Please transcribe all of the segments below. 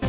蘭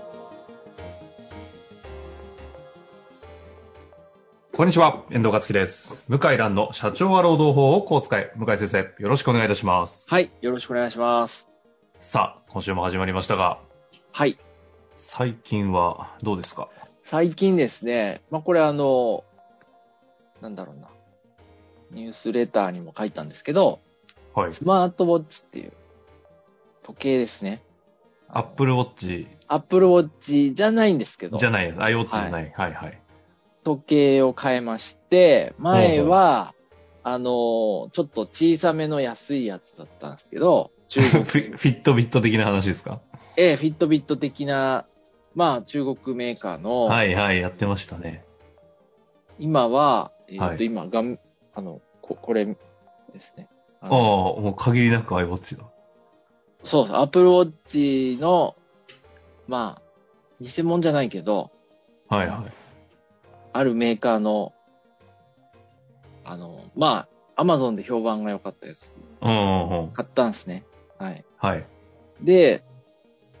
こんにちは、遠藤克樹です。向井蘭の社長は労働法をこう使え。向井先生、よろしくお願いいたします。はい、よろしくお願いします。さあ、今週も始まりましたが、はい、最近はどうですか最近ですね、まあ、これあの、なんだろうな、ニュースレターにも書いたんですけど、はい。スマートウォッチっていう時計ですね。アップルウォッチアップルウォッチじゃないんですけどじ、ゃないやつ、iWatch じゃない。はいはい。時計を変えまして、前は、あの、ちょっと小さめの安いやつだったんですけど、フ中ィ 国、フィットビット的な話ですかええ、フィットビット的な、まあ中国メーカーの、はいはい、やってましたね。今は、えっ、と、はい今、がん、あの、こ、これですね。あああ、のもう限りなく iWatch だ。そうそう、アップルウォッチの、まあ、偽物じゃないけど、はいはい。あるメーカーの、あの、まあ、アマゾンで評判が良かったやつ、うんうんうん。買ったんですね。はい。はい。で、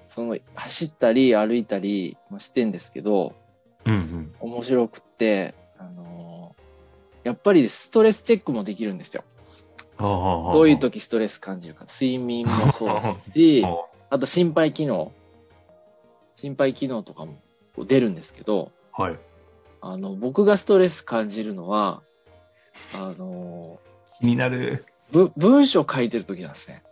その、走ったり歩いたりまあしてんですけど、うんうん。面白くって、あのやっぱりストレスチェックもできるんですよ。どどういう時ストレス感じるか。睡眠もそうですし、あと心肺機能。心肺機能とかもこう出るんですけど、はい。あの、僕がストレス感じるのは、あの、気になる。ぶ、文章書いてる時なんですね。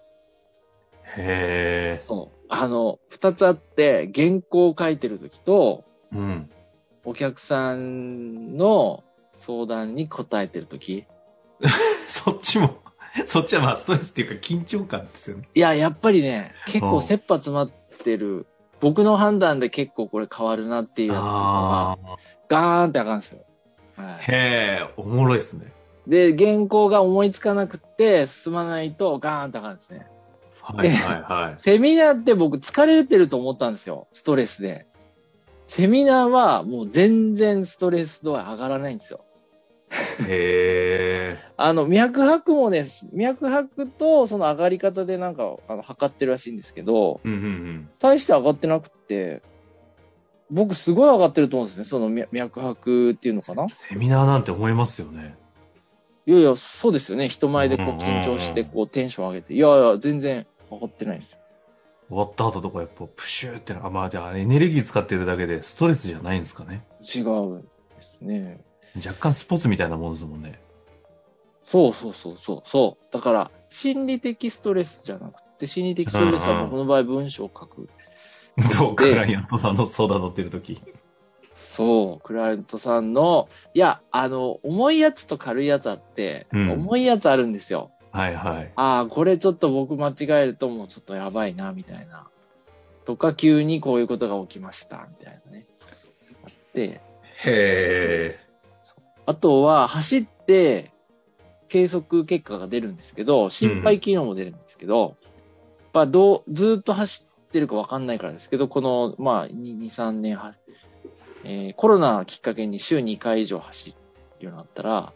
へえ。そう。あの、二つあって、原稿を書いてる時と、うん。 お客さんの相談に答えてる時。そっちも、そっちはまあストレスっていうか緊張感ですよね。いや、やっぱりね、結うん構切羽詰まってる。僕の判断で結構これ変わるなっていうやつとかが、あガーンってあかんですよ。はいー。へえ、おもろいですね。で、原稿が思いつかなくて進まないとガーンとかんですね。はいはいはい。セミナーって僕疲れてると思ったんですよ。ストレスで。セミナーはもう全然ストレス度は上がらないんですよ。へえ。あの、脈拍もです。脈拍とその上がり方でなんかあの測ってるらしいんですけど、うんうんうん。大して上がってなくて、僕すごい上がってると思うんですね。その脈脈拍っていうのかなセミナーなんて思いますよね。いやいや、そうですよね。人前でこううんうんうん緊張してこうテンション上げて。いやいや、全然上がってないんですよ。終わった後とかやっぱプシューってな、あ、まあじゃあエネルギー使ってるだけでストレスじゃないんですかね。違うんですね。若干スポーツみたいなもんですもんね。そうそうそうそうそう。だから、心理的ストレスじゃなくて、心理的ストレスうんうはん僕の場合文章を書く。どうクライアントさんの相談乗ってるとき。そう、クライアントさんの、いや、あの、重いやつと軽いやつあって、うん重いやつあるんですよ。はいはい。ああ、これちょっと僕間違えるともうちょっとやばいな、みたいな。とか、急にこういうことが起きました、みたいなね。あって、へえ。あとは走って計測結果が出るんですけど、心肺機能も出るんですけど、まあどうずーっと走ってるかわかんないからですけど、この、まあ、2、2 3年は、えーコロナをきっかけに週2回以上走るようになったら、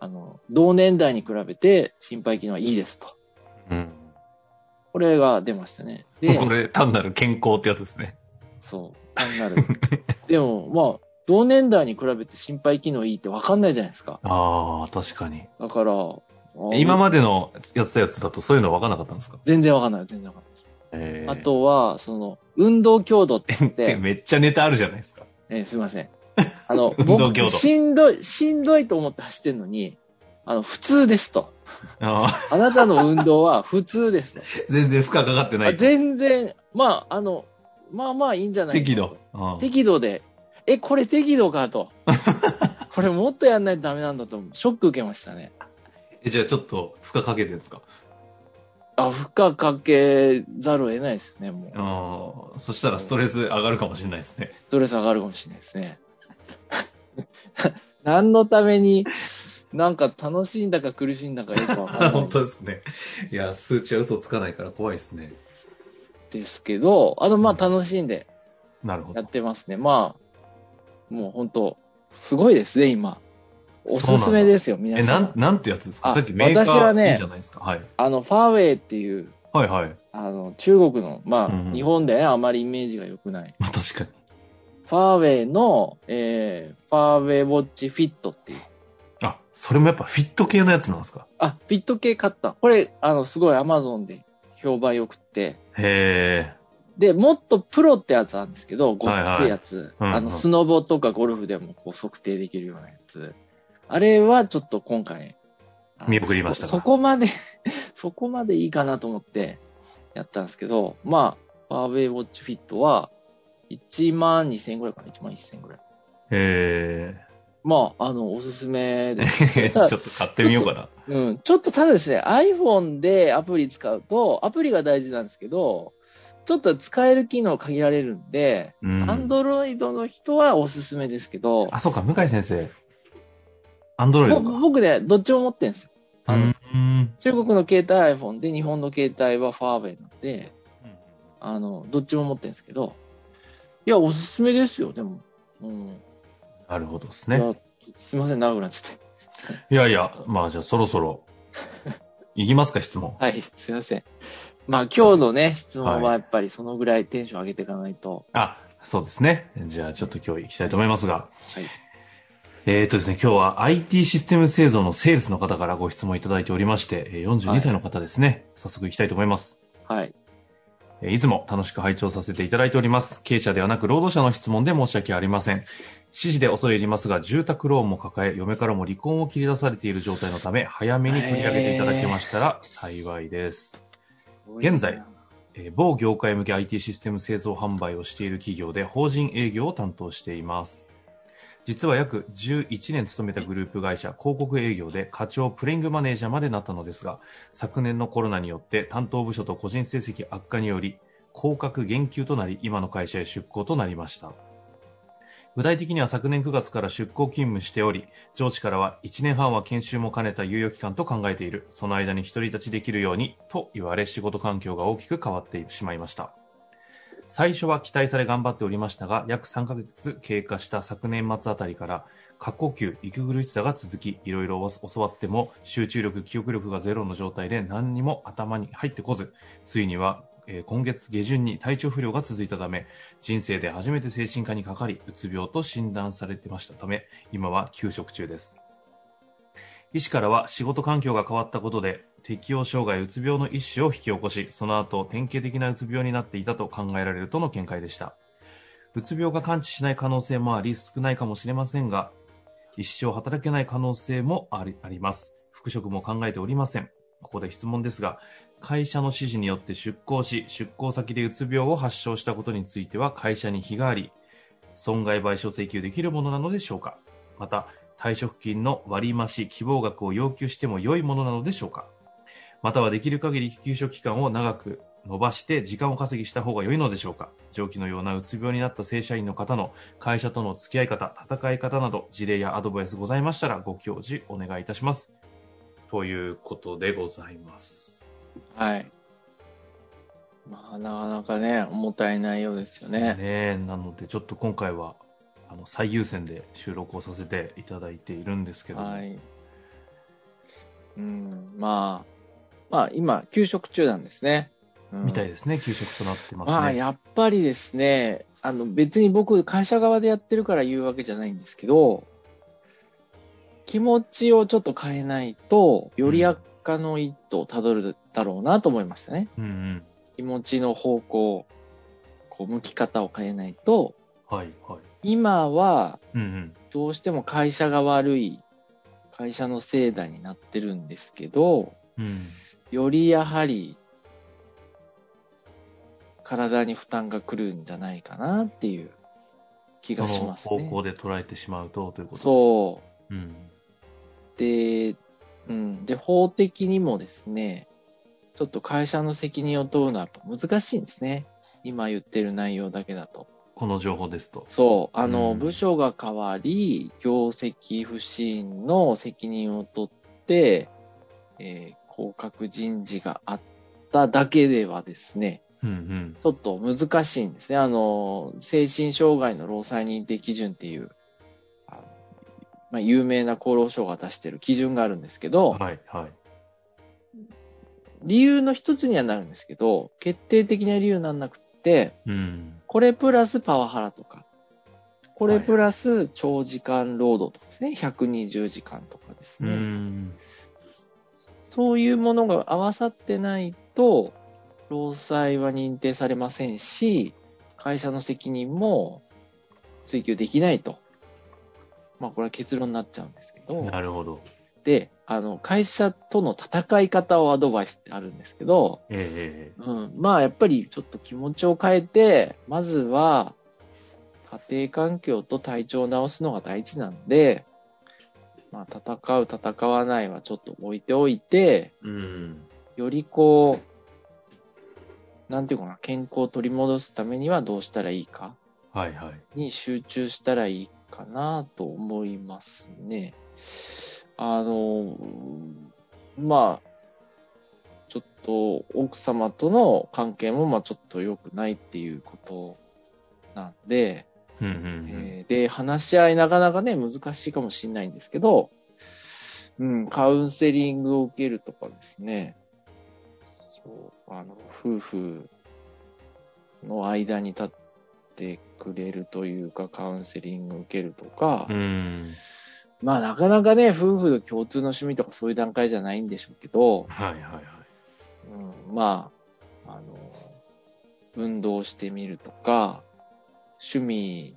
あの、同年代に比べて心肺機能はいいですと。うん。これが出ましたね。で、これ単なる健康ってやつですね。そう、単なる。でも、まあ、同年代に比べて心肺機能いいってわかんないじゃないですか。ああ、確かに。だから、あー今までのやつやつだとそういうの分かんなかったんですか全然わかんない、全然わかんないです。えーあ、とは、その、運動強度って言っでて、 めっちゃネタあるじゃないですか。えーすいません。あの、 運動強僕、度しんどい、しんどいと思って走ってるのに、あの、普通ですと。ああなたの運動は普通です と。ー全然負荷かかってなあい。全然、まあ、あの、まあまあいいんじゃないかと適度。うん適度で、え、これ適度 かと。これもっとやんないとダメなんだと、ショック受けましたね。えじゃあちょっと負荷かけてるんですかあ、負荷かけざるを得ないですね、もう。あーそしたらストレス上がるかもしれないですね。ストレス上がるかもしれないですね。 何のために、なんか楽しいんだか苦しいんだかよくわかんな い本当ですね。いや、数値は嘘つかないから怖いですね。ですけど、あの、まあ楽しんでなるほやっど。てますね。まあ、もう本当すごいですね、今。おすすめですよ、皆え、さ。なんん、なんてやつですかあさっきメーカ私はーねいいじゃないですか。はい。あの、ファーウェイっていう、はい はい。あの、中国の、まあ、うんうん日本ではね、あまりイメージが良くない。まあ確かに。ファーウェイの、えー、ファーウェイウォッチフィットっていう。あ、それもやっぱフィット系のやつなんですかあ、フィット系買った。これ、あの、すごい Amazon で評判良くって。へで、もっとプロってやつあるんですけど、ごっついやつ。はいはいうんうんあの、スノボとかゴルフでもこう測定できるようなやつ。あれはちょっと今回。あの見送りましたかそこそこまで、 そこまでいいかなと思ってやったんですけど、まあ、ファーウェイウォッチフィットは、1万2000円ぐらいかな ?1 万1000円ぐらい。え。へまあ、あの、おすすめですえ。ちょ ただっと買ってみようかな。うん、ちょっとただですね、iPhone でアプリ使うと、アプリが大事なんですけど、ちょっと使える機能限られるんで、うん。 Android の人はおすすめですけど、あ、そうか、向井先生。アンドロイド僕か。僕ね、どっちも持ってるんですよ。あうのん。中国の携帯 iPhone で、日本の携帯はファーウェイなんで、あの、どっちも持ってるんですけど、いや、おすすめですよ、でも。うん、なるほどですいね。やすいません、長くなっちゃって。いやいや、まあじゃあそろそろ、いきますか、質問。 はい、すいません。まあ、今日のね、質問はやっぱりそのぐらいテンション上げていかないと。あ、そうですね。じゃあちょっと今日行きたいと思いますが。はいえーっとですね、今日は IT システム製造のセールスの方からご質問いただいておりまして、えーは42い歳の方ですね。早速行きたいと思います。はい。えーいつも楽しく拝聴させていただいております。経営者ではなく労働者の質問で申し訳ありません。指示で恐れ入りますが、住宅ローンも抱え、嫁からも離婚を切り出されている状態のため、早めに取り上げていただけましたら幸いです。現在えー某業界向け IT システム製造販売をしている企業で法人営業を担当しています。実は約11年勤めたグループ会社広告営業で課長プレイングマネージャーまでなったのですが、昨年のコロナによって担当部署と個人成績悪化により、降格減給となり、今の会社へ出向となりました。具体的には昨年9月から出向勤務しており、上司からは1年半は研修も兼ねた猶予期間と考えている。その間に独り立ちできるようにと言われ仕事環境が大きく変わってしまいました。最初は期待され頑張っておりましたが、約3ヶ月経過した昨年末あたりから、過呼吸、息苦しさが続き、いろいろ教わっても、集中力、記憶力がゼロの状態で何にも頭に入ってこず、ついには、えー今月下旬に体調不良が続いたため、人生で初めて精神科にかかり、うつ病と診断されてましたため、今は休職中です。医師からは仕事環境が変わったことで、適応障害うつ病の一種を引き起こし、その後典型的なうつ病になっていたと考えられるとの見解でした。うつ病が完治しない可能性もあり、少ないかもしれませんが、一生働けない可能性もありあります。復職も考えておりません。ここで質問ですが、会社の指示によって出向し、出向先でうつ病を発症したことについては会社に非があり、損害賠償請求できるものなのでしょうかまた、退職金の割増希望額を要求しても良いものなのでしょうかまたはできる限り休職期間を長く伸ばして時間を稼ぎした方が良いのでしょうか上記のようなうつ病になった正社員の方の会社との付き合い方、戦い方など事例やアドバイスございましたらご教示お願いいたします。ということでございます。はい。まあ、なかなかね、重たい内容ですよねね。え、なのでちょっと今回はあの最優先で収録をさせていただいているんですけども、はい。うん、まあ、まあ、今、休職中なんですね。うんみたいですね、休職となってますね。まあ、やっぱりですね、あの、別に僕、会社側でやってるから言うわけじゃないんですけど、気持ちをちょっと変えないと、より悪化の一途をたどるだろうなと思いましたね。うんうん。気持ちの方向、こう、向き方を変えないと、はいはい。今はうんうん。どうしても会社が悪い、会社のせいだになってるんですけど、うん、よりやはり、体に負担が来るんじゃないかなっていう気がしそのます方ね。向で捉えてしまうとということです。そううん。う。で、うん。で、法的にもですね、ちょっと会社の責任を問うのはやっぱ難しいんですね。今言ってる内容だけだと。この情報ですと。そう、あの、うん部署が変わり、業績不振の責任を取って、えー降格人事があっただけではですね、うんうん。ちょっと難しいんですね。あの、精神障害の労災認定基準っていう、あのまあ、有名な厚労省が出してる基準があるんですけど、はいはい。理由の一つにはなるんですけど、決定的な理由になんなくって、うん。これプラスパワハラとか、これプラス長時間労働とかですね、120時間とかですうね、ん。そういうものが合わさってないと、労災は認定されませんし、会社の責任も追及できないと。まあこれは結論になっちゃうんですけど、なるほど。で、あの、会社との戦い方をアドバイスってあるんですけど、ええええうん、まあやっぱりちょっと気持ちを変えて、まずは家庭環境と体調を直すのが大事なんで、まあ戦う戦わないはちょっと置いておいて、うん。よりこう、なんていうかな、健康を取り戻すためにはどうしたらいいかはいはい。に集中したらいいかなと思いますね。あの、まあ、ちょっと奥様との関係もまあちょっと良くないっていうことなんで、うんうんえーで、話し合いなかなかね、難しいかもしれないんですけど、うん、カウンセリングを受けるとかですね、そう、あの、夫婦の間に立ってくれるというか、カウンセリングを受けるとか、うん。うん。まあなかなかね、夫婦の共通の趣味とかそういう段階じゃないんでしょうけど、はいはいはい。うん、まあ、あの、運動してみるとか、趣味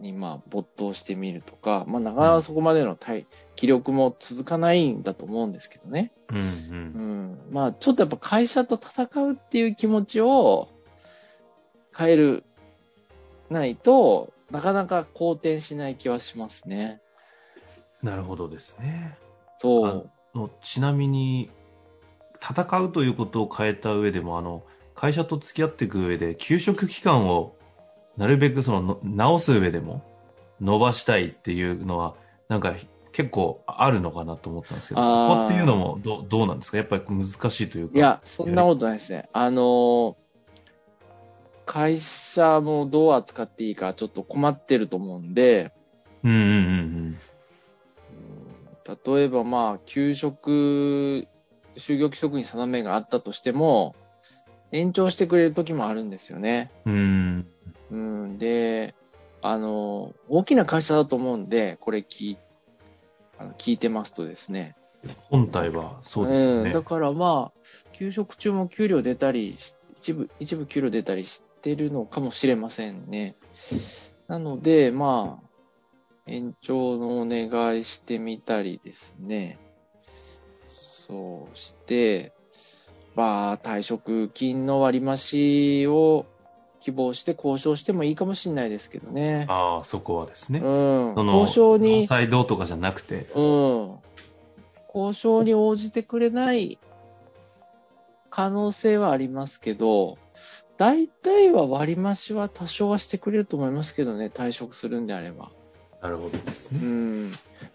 にまあ没頭してみるとか、まあなかなかそこまでの体、気力も続かないんだと思うんですけどね。うんう。うんん。まあちょっとやっぱ会社と戦うっていう気持ちを変えるないと、なかなか好転しない気はしますね。なるほどですね。そあう。のちなみに、戦うということを変えた上でも、あの、会社と付き合っていく上で、休職期間をなるべくその、の直す上でも、伸ばしたいっていうのは、なんか結構あるのかなと思ったんですけど、あーここっていうのもどどうなんですかやっぱり難しいというか。いや、そんなことないですね。あのー会社もどう扱っていいかちょっと困ってると思うんで、うんうんうんうん例えばまあ、休職、就業規則に定めがあったとしても、延長してくれる時もあるんですよね。うん。うん。うん、で、あのー大きな会社だと思うんで、これ聞いあの聞いてますとですね、本体はそうですよね。ん、だからまあ、給食中も給料出たりし、一部、一部給料出たりしてるのかもしれませんね。なので、まあ、延長のお願いしてみたりですね。そうして、まあ、退職金の割増を希望して交渉してもいいかもしれないですけどね。ああ、そこはですね。うん。その、交渉に。再度とかじゃなくて。うん。交渉に応じてくれない可能性はありますけど、大体は割増は多少はしてくれると思いますけどね、退職するんであれば。なるほどですうね。ん。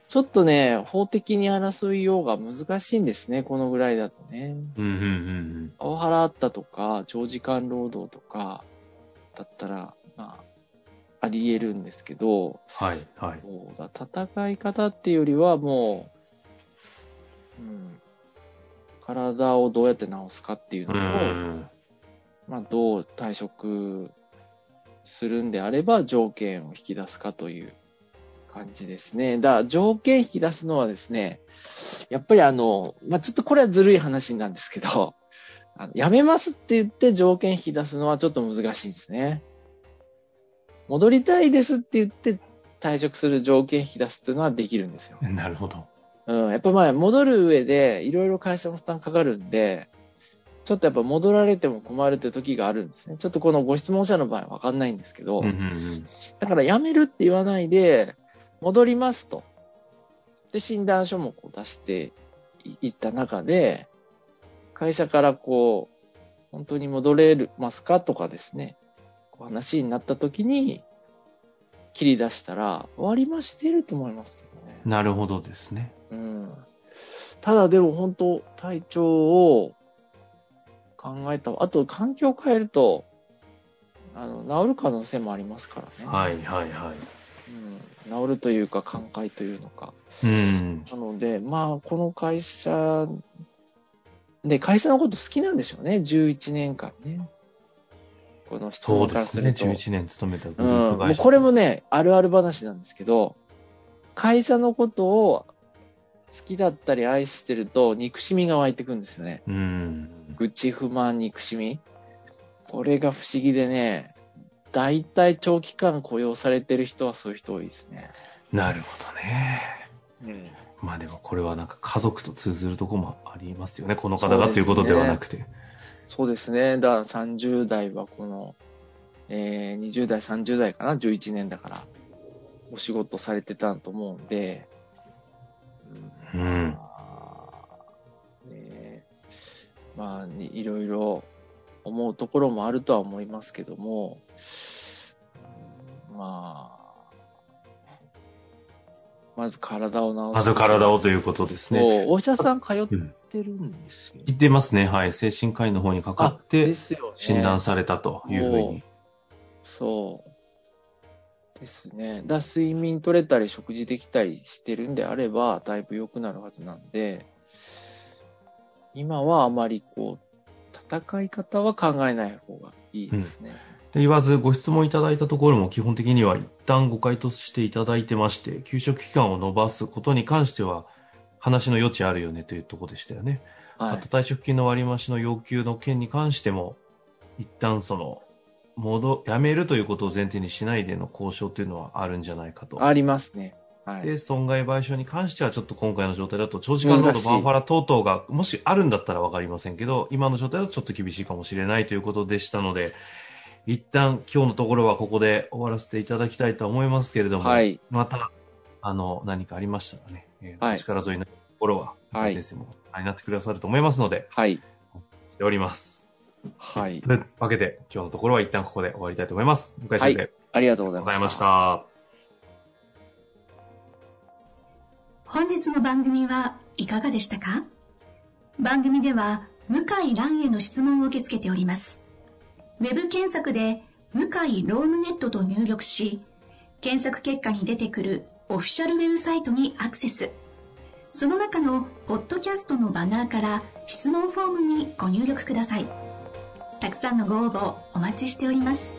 ちょっとね、法的に争いようが難しいんですね、このぐらいだとね。うんうんうんパワハラあったとか、長時間労働とか、だったら、まあ、あり得るんですけど、うん。はいはい。そうだ、戦い方っていうよりはもう、うん、体をどうやって治すかっていうのうと、ん。まあ、どう退職するんであれば条件を引き出すかという感じですね。だから条件引き出すのはですね、やっぱりあの、まあ、ちょっとこれはずるい話なんですけど、 あのやめますって言って条件引き出すのはちょっと難しいですね。戻りたいですって言って退職する条件引き出すっていうのはできるんですよ。なるほど。うん、やっぱまあ戻る上でいろいろ会社の負担かかるんで、ちょっとやっぱ戻られても困るって時があるんですね。ちょっとこのご質問者の場合はわかんないんですけど、うんうんうん。だから辞めるって言わないで、戻りますと。で、診断書もこう出していいった中で、会社からこう、本当に戻れますかとかですね、こう話になった時に、切り出したら、割り増してると思いますけどね。なるほどですね。うん。ただでも本当、体調を考えた、あと環境を変えると、あの、治る可能性もありますからね。はいはいはい。うん、治るというか、寛解というのか。うん。なので、まあ、この会社、で、会社のこと好きなんでしょうね、11年間ね。この質そう問かでらすするね。と。 11年勤めたグうループん、もう会社。これもね、あるある話なんですけど、会社のことを好きだったり愛してると憎しみが湧いてくるんですよね。うん。愚痴、不満、憎しみ。これが不思議でね、大体長期間雇用されてる人はそういう人多いですね。なるほどね。まあでもこれはなんか家族と通ずるとこもありますよね。この方がということではなくて。そうですね。だから30代はこの、えー20代、30代かな、11年だから、お仕事されてたと思うんで、うんうん。ねえまあ、ねいろいろ思うところもあるとは思いますけども、うんまあ、まず体を治す。まず体をということですね。そうお医者さん通ってるんですよ。言ってますね。はい。精神科医の方にかかあっ、でてすよね。診断されたというふうに。そう。ですね。だ睡眠取れたり食事できたりしてるんであれば、だいぶ良くなるはずなんで、今はあまりこう、戦い方は考えない方がいいですね。で言わずご質問いただいたところも基本的には一旦ご回答していただいてまして、休職期間を延ばすことに関しては話の余地あるよねというところでしたよね。はあいと。退職金の割増の要求の件に関しても、一旦その、戻、やめるということを前提にしないでの交渉というのはあるんじゃないかと。ありますね。はい。で、損害賠償に関してはちょっと今回の状態だと、長時間労難働しいパワハラ等々が、もしあるんだったらわかりませんけど、今の状態だとちょっと厳しいかもしれないということでしたので、一旦今日のところはここで終わらせていただきたいと思いますけれども、はい。また、あの、何かありましたらね、えーはいお力添えのところは、はい先生もお答えになってくださると思いますので、はい。しております。はいと。いうわけで、今日のところは一旦ここで終わりたいと思います。向井先生、はありありがとうごがとざございういままし。したた。本日の番組はいかがでしたか番組では向井蘭への質問を受け付けております。ウェブ検索で向井ロームネットと入力し、検索結果に出てくるオフィシャルウェブサイトにアクセス。その中のポッドキャストのバナーから質問フォームにご入力ください。たくさんのご応募お待ちしております。